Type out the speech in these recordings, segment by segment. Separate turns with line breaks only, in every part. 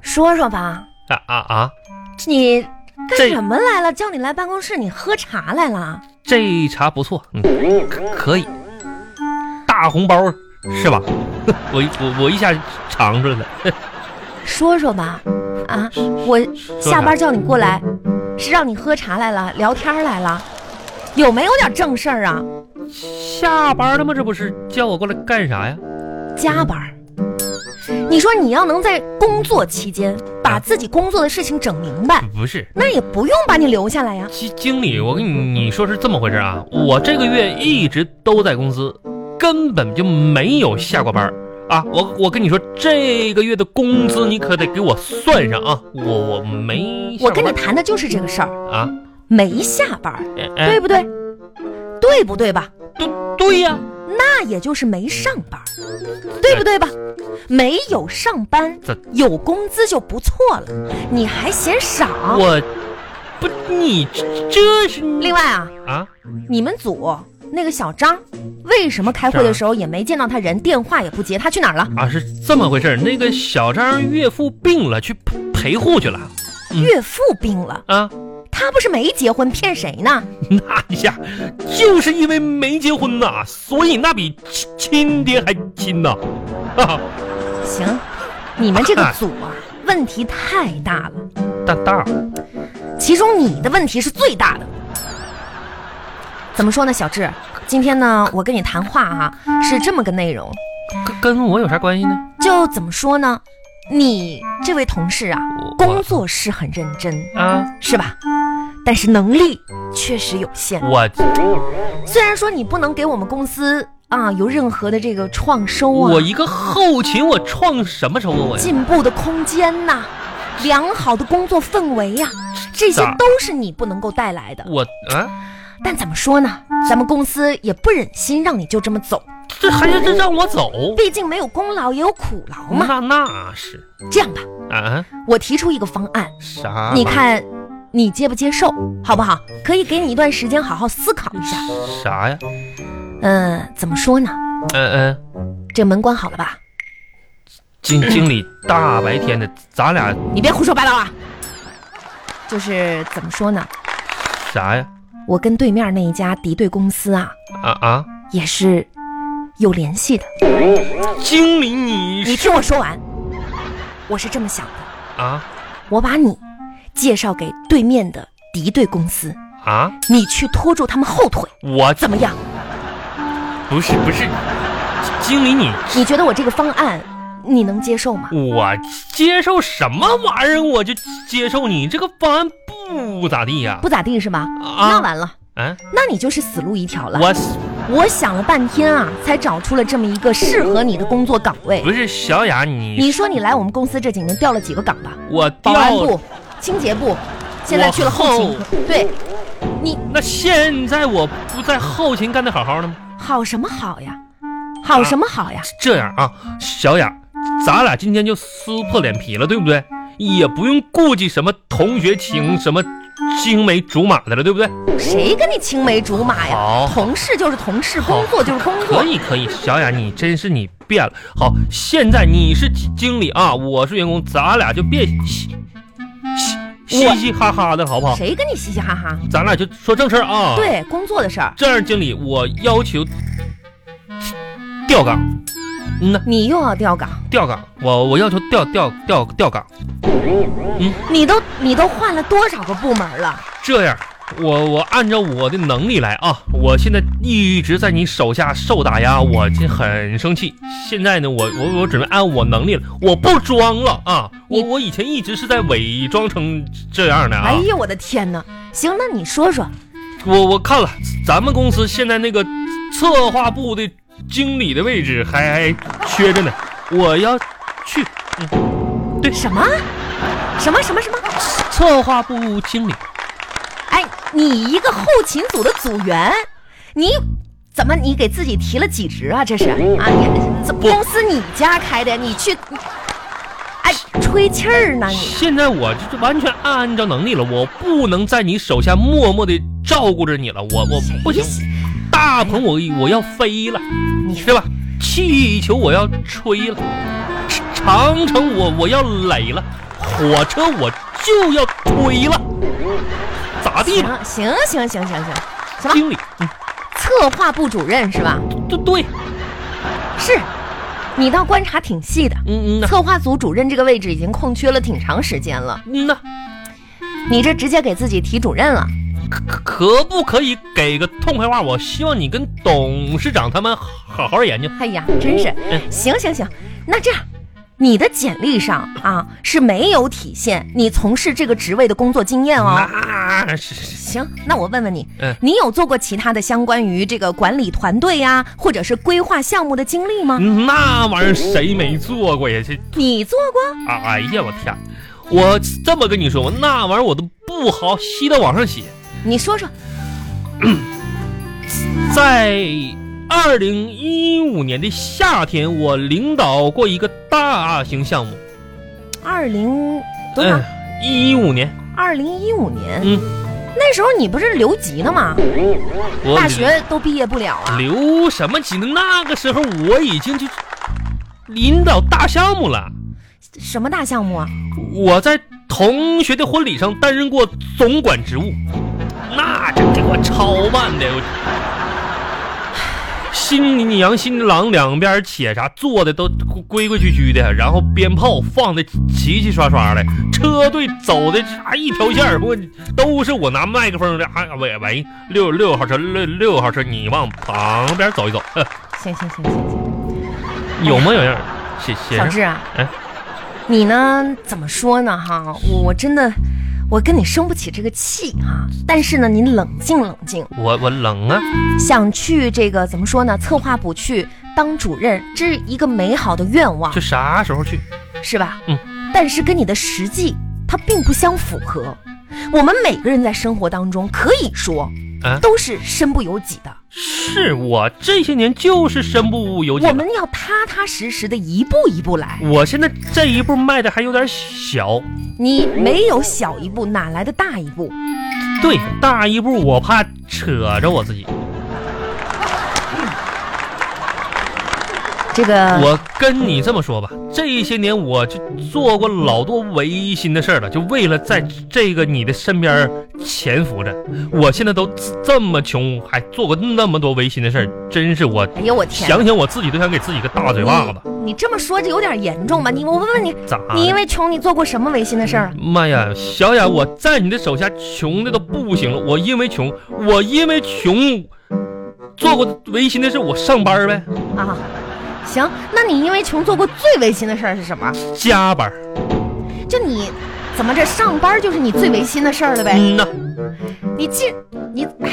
说说吧，
啊啊啊！
你干
这
什么来了？叫你来办公室，你喝茶来了？
这茶不错，嗯，可可以。大红包是吧？
嗯
我一我我一下尝出来了。
说说吧，啊，我下班叫你过来，是让你喝茶来了，聊天来了，有没有点正事儿啊？
下班了吗？这不是叫我过来干啥呀？
加班儿。你说你要能在工作期间把自己工作的事情整明白，
不是，
那也不用把你留下来呀。
经经理，我跟你说是这么回事啊，我这个月一直都在公司，根本就没有下过班儿啊。我我跟你说，这个月的工资你可得给我算上啊，我我没下
我
过
跟
班
你
儿
谈的就是这个事儿，
啊，
没下班儿，
哎
对
哎，
不对？对不对吧？
对对呀、
那也就是
嗯
没上班儿，对不对吧？没有上班
这，
有工资就不错了，你还嫌少。
我不你这这是
啊另外啊，
啊，
你们组那个小张，为什么开会的时候也没见到他人，电话也不接，他去哪儿了？
啊，是这么回事儿。那个小张岳父病了，去陪陪护去了嗯
岳父病了，
啊。
他不是没结婚，骗谁呢？
那呀，就是因为没结婚呐、所以那比亲亲爹还亲呐、 啊。
行，你们这个组啊，问题太大了，
大大儿，
其中你的问题是最大的。怎么说呢，小智？今天呢，我跟你谈话啊，是这么个内容。
跟跟我有啥关系呢？
就怎么说呢？你这位同事啊，
我
工作是很认真，
啊，
是吧？但是能力确实有限。
我
虽然说你不能给我们公司啊有任何的这个创收啊、
我一个后勤，我创什么收啊我呀？
进步的空间呐、良好的工作氛围呀、这些
咋
都是你不能够带来的。
我啊，
但怎么说呢？咱们公司也不忍心让你就这么走，
这还是这让我走？
毕竟没有功劳也有苦劳嘛。
那那是
这样吧，
啊，
我提出一个方案。
啥？
你看，你接不接受，好不好？可以给你一段时间好好思考一下。
啥呀？
嗯，怎么说呢？
嗯嗯，
这门关好了吧？
经经理大白天的，咱俩
你别胡说八道啊！就是怎么说呢？
啥呀？
我跟对面那一家敌对公司啊，
啊啊！
也是有联系的。
经理你
你听我说完，我是这么想的：
啊
我把你介绍给对面的敌对公司，
啊！
你去拖住他们后腿，
我这
怎么样？
不是不是，经理你
你觉得我这个方案你能接受吗？
我接受什么玩意儿？我就接受你这个方案不咋地呀、
不咋地是吧？那
啊
完了，
啊！
那你就是死路一条了。
我
我想了半天啊，才找出了这么一个适合你的工作岗位。
不是小雅，你
你说你来我们公司这几年调了几个岗吧？
我
保安
调
部、清洁部，现在去了后勤
我
科。对，你
那现在我不在后勤干得好好的吗？
好什么好呀？好什么好呀？
这样啊，小雅，咱俩今天就撕破脸皮了，对不对？也不用顾忌什么同学情，什么青梅竹马的了，对不对？
谁跟你青梅竹马呀？
好，
同事就是同事，
好
工作就是工作
可。以可以，小雅，你真是你变了。好，现在你是经理啊，我是员工，咱俩就别嘻嘻嘻嘻哈哈的好不好？
谁跟你嘻嘻哈哈？
咱俩就说正事儿啊。，
对，工作的事儿，
这样经理，我要求调岗。嗯呐，
你又要调岗，
调岗，我我要求调调调调岗。
你都你都换了多少个部门了？
这样，我我按照我的能力来啊！我现在一直在你手下受打压，我这很生气。现在呢，我我我准备按我能力了，我不装了啊！
你
我我以前一直是在伪装成这样的啊！
哎呦我的天哪！行，那你说说，
我我看了，咱们公司现在那个策划部的经理的位置还还缺着呢，我要去
什么？什么什么什么？
策划部经理。
哎，你一个后勤组的组员，你怎么你给自己提了几职啊？这是啊，你怎么公司你家开的，你去，你哎，吹气儿呢你？啊
现在我这这完全按照能力了，我不能在你手下默默的照顾着你了，我我不行，大鹏我我要飞了，
你
是吧？气球我要吹了，长城我我要垒了，火车我就要推了，咋地吧？
行行行行行行，什么
经理，嗯，
策划部主任是吧？
对对，
是，你倒观察挺细的。
嗯嗯呐，
策划组主任这个位置已经空缺了挺长时间了，
嗯呐，
你这直接给自己提主任了。
可可不可以给个痛快话？我希望你跟董事长他们好好研究。
哎呀，真是
嗯，
行行行，那这样，你的简历上啊是没有体现你从事这个职位的工作经验哦。
那是是是
行，那我问问你，
嗯
你有做过其他的相关于这个管理团队呀、或者是规划项目的经历
嗯
吗？
那玩意儿谁没做过呀？这
你做过？
啊，哎呀，我天！我这么跟你说，我那玩意儿我都不好稀的往上写。
你说说。
在二零一五年的夏天，我领导过一个大型项目。哎
二零多少？，
一五年，
二零一五年。
嗯，
那时候你不是留级呢吗？
我
大学都毕业不了啊。
留什么级呢？那个时候我已经就领导大项目了。
什么大项目啊？
我在同学的婚礼上担任过总管职务，那这给我超慢的，我新娘新郎两边且啥做的都规规矩矩的，然后鞭炮放的齐齐刷刷的，车队走的啥一条线儿，我都是我拿麦克风的，哎喂喂，六六号车六六号车，你往旁边走一走，呵
行行行行行，
有模有样儿，谢谢
小。志啊，
哎
你呢？怎么说呢？哈，我我真的，我跟你生不起这个气哈、但是呢，你冷静冷静，
我我冷啊，
想去这个怎么说呢？策划部去当主任，这是一个美好的愿望
这，啥时候去？
是吧？
嗯。
但是跟你的实际它并不相符合。我们每个人在生活当中，可以说
啊
都是身不由己的。
是我这些年就是身不由己
我
了。
们要踏踏实实的一步一步来。
我现在这一步迈的还有点小，
你没有小一步，哪来的大一步？
对，大一步我怕扯着我自己。
这个
我跟你这么说吧，这些年我就做过老多违心的事儿了，就为了在这个你的身边儿潜伏着。我现在都这么穷，还做过那么多违心的事儿，真是我
哎呦我天哪！
想想我自己都想给自己一个大嘴巴子。
你这么说这有点严重吧？你我问问你，
咋？
你因为穷你做过什么违心的事儿啊？
妈呀，小雅，我在你的手下穷的都不行了。我因为穷，我因为穷，做过违心的事，我上班呗，
啊，行，那你因为穷做过最违心的事儿是什么？
加班。
就你怎么这上班就是你最违心的事儿了呗？
嗯呐，
你这你哎，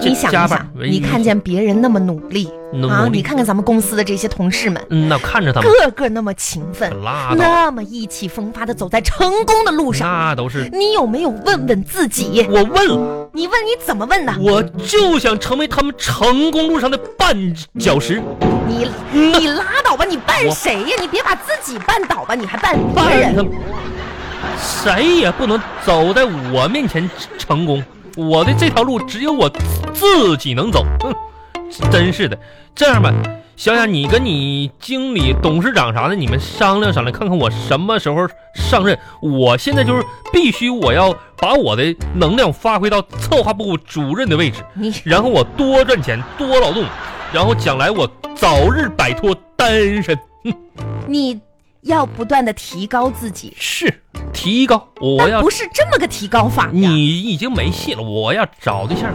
这
你想
加
一
班
想，
唯一
你看见别人那么努力
努
啊，
力
你看看咱们公司的这些同事们，
嗯呐，看着他们
个个那么勤奋，
拉倒，
那么意气风发的走在成功的路上，
那都是
你有没有问问自己？
我问了，
你问你怎么问的？
我就想成为他们成功路上的绊脚石，
你
那
你拉倒吧！你绊
我
谁呀？你别把自己绊倒吧！你还绊别
绊他
人？
们，谁也不能走在我面前成功。我的这条路只有我自己能走。哼，真是的。这样吧，小雅，你跟你经理、董事长啥的，你们商量商量，看看我什么时候上任。我现在就是必须，我要把我的能量发挥到策划部主任的位置，
你
然后我多赚钱，多劳动，然后将来我早日摆脱单身。
你要不断的提高自己，
是，提高，我
但
要
不是这么个提高法呀。
你已经没戏了，我要找对象。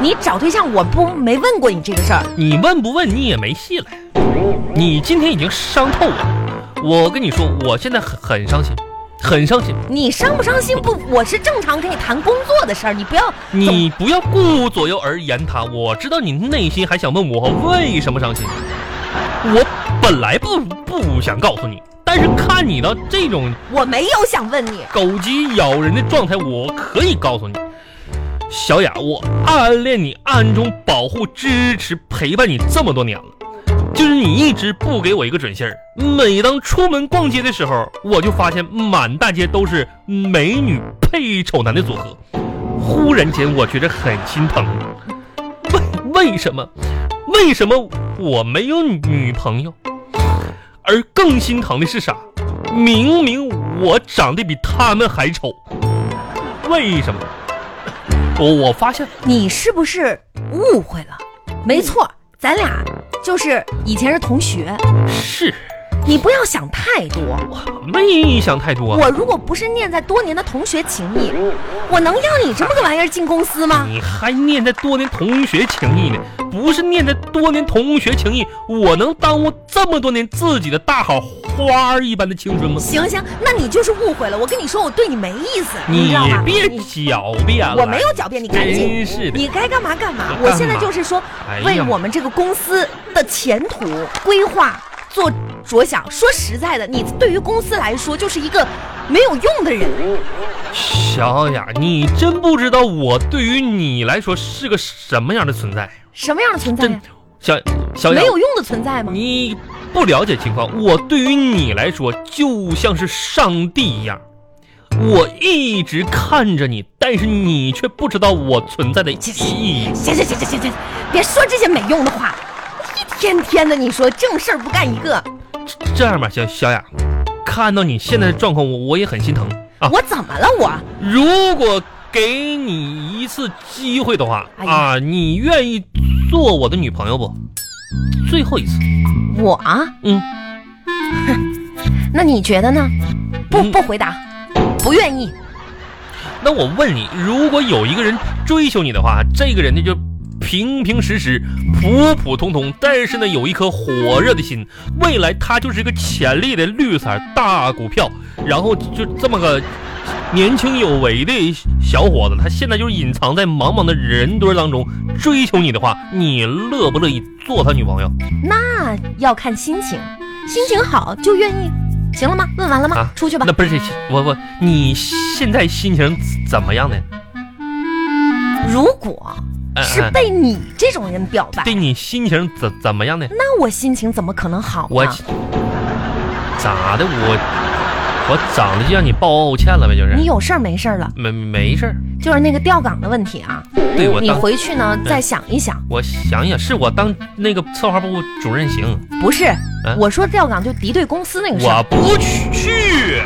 你找对象，我不没问过你这个事儿。
你问不问你也没戏了。你今天已经伤透我了，我跟你说，我现在很很伤心，很伤心。
你伤不伤心不？我是正常跟你谈工作的事儿，你不要总
你不要顾左右而言他，我知道你内心还想问我为什么伤心。我本来不不想告诉你，但是看你到这种
我没有想问你，
狗急咬人的状态，我可以告诉你，小雅，我暗恋你，暗中保护、支持、陪伴你这么多年了，就是你一直不给我一个准信儿。每当出门逛街的时候，我就发现满大街都是美女配丑男的组合，忽然间我觉得很心疼。为为什么？为什么我没有女朋友？而更心疼的是啥？明明我长得比他们还丑，为什么？我我发现
你是不是误会了？没错，咱俩就是以前是同学，
是
你不要想太多。
我没想太多、啊。
我如果不是念在多年的同学情谊，我能要你这么个玩意儿进公司吗？
你还念在多年同学情谊呢？不是念在多年同学情谊，我能耽误这么多年自己的大好花儿一般的青春吗？
行行，那你就是误会了。我跟你说，我对你没意思，知
你
道吧？
别
你
狡辩了，
我没有狡辩，你赶紧
真，是的
你该干嘛干嘛。
干嘛
我现在就是说
哎，
为
呀
我们这个公司的前途规划做着想。说实在的，你对于公司来说就是一个没有用的人。
小雅，你真不知道我对于你来说是个什么样的存在。
什么样的存在呀
真？小小雅
没，有用的存在吗？
你不了解情况，我对于你来说就像是上帝一样，我一直看着你，但是你却不知道我存在的意义。
行行行行行行，别说这些没用的话，一天天的你说正事儿不干一个，
这样吧，小小雅，看到你现在的状况，我我也很心疼啊。
我怎么了我？
如果给你一次机会的话、
哎呀
啊，你愿意做我的女朋友不？最后一次，
我啊，
嗯，
那你觉得呢？不
嗯
不回答，不愿意。
那我问你，如果有一个人追求你的话，这个人呢就平平实实、普普通通，但是呢有一颗火热的心，未来他就是一个潜力的绿色大股票，然后就这么个年轻有为的小伙子，他现在就是隐藏在茫茫的人堆当中追求你的话，你乐不乐意做他女朋友？
那要看心情，心情好就愿意。行了吗？问完了吗？
啊
出去吧
那。不是我我你现在心情怎么样呢？
如果
嗯
是
嗯
被你这种人表白，
对你心情怎怎么样呢？
那我心情怎么可能好
我
呢？
咋的？我我长得就让你抱歉了呗？就是
你有事儿没事儿了？
没没事儿，
就是那个调岗的问题啊。
对我
你
当
回去呢，再想一想。
我想想，是我当那个策划部主任行，
不是，
嗯
我说调岗就敌对公司那个事儿。
我不去，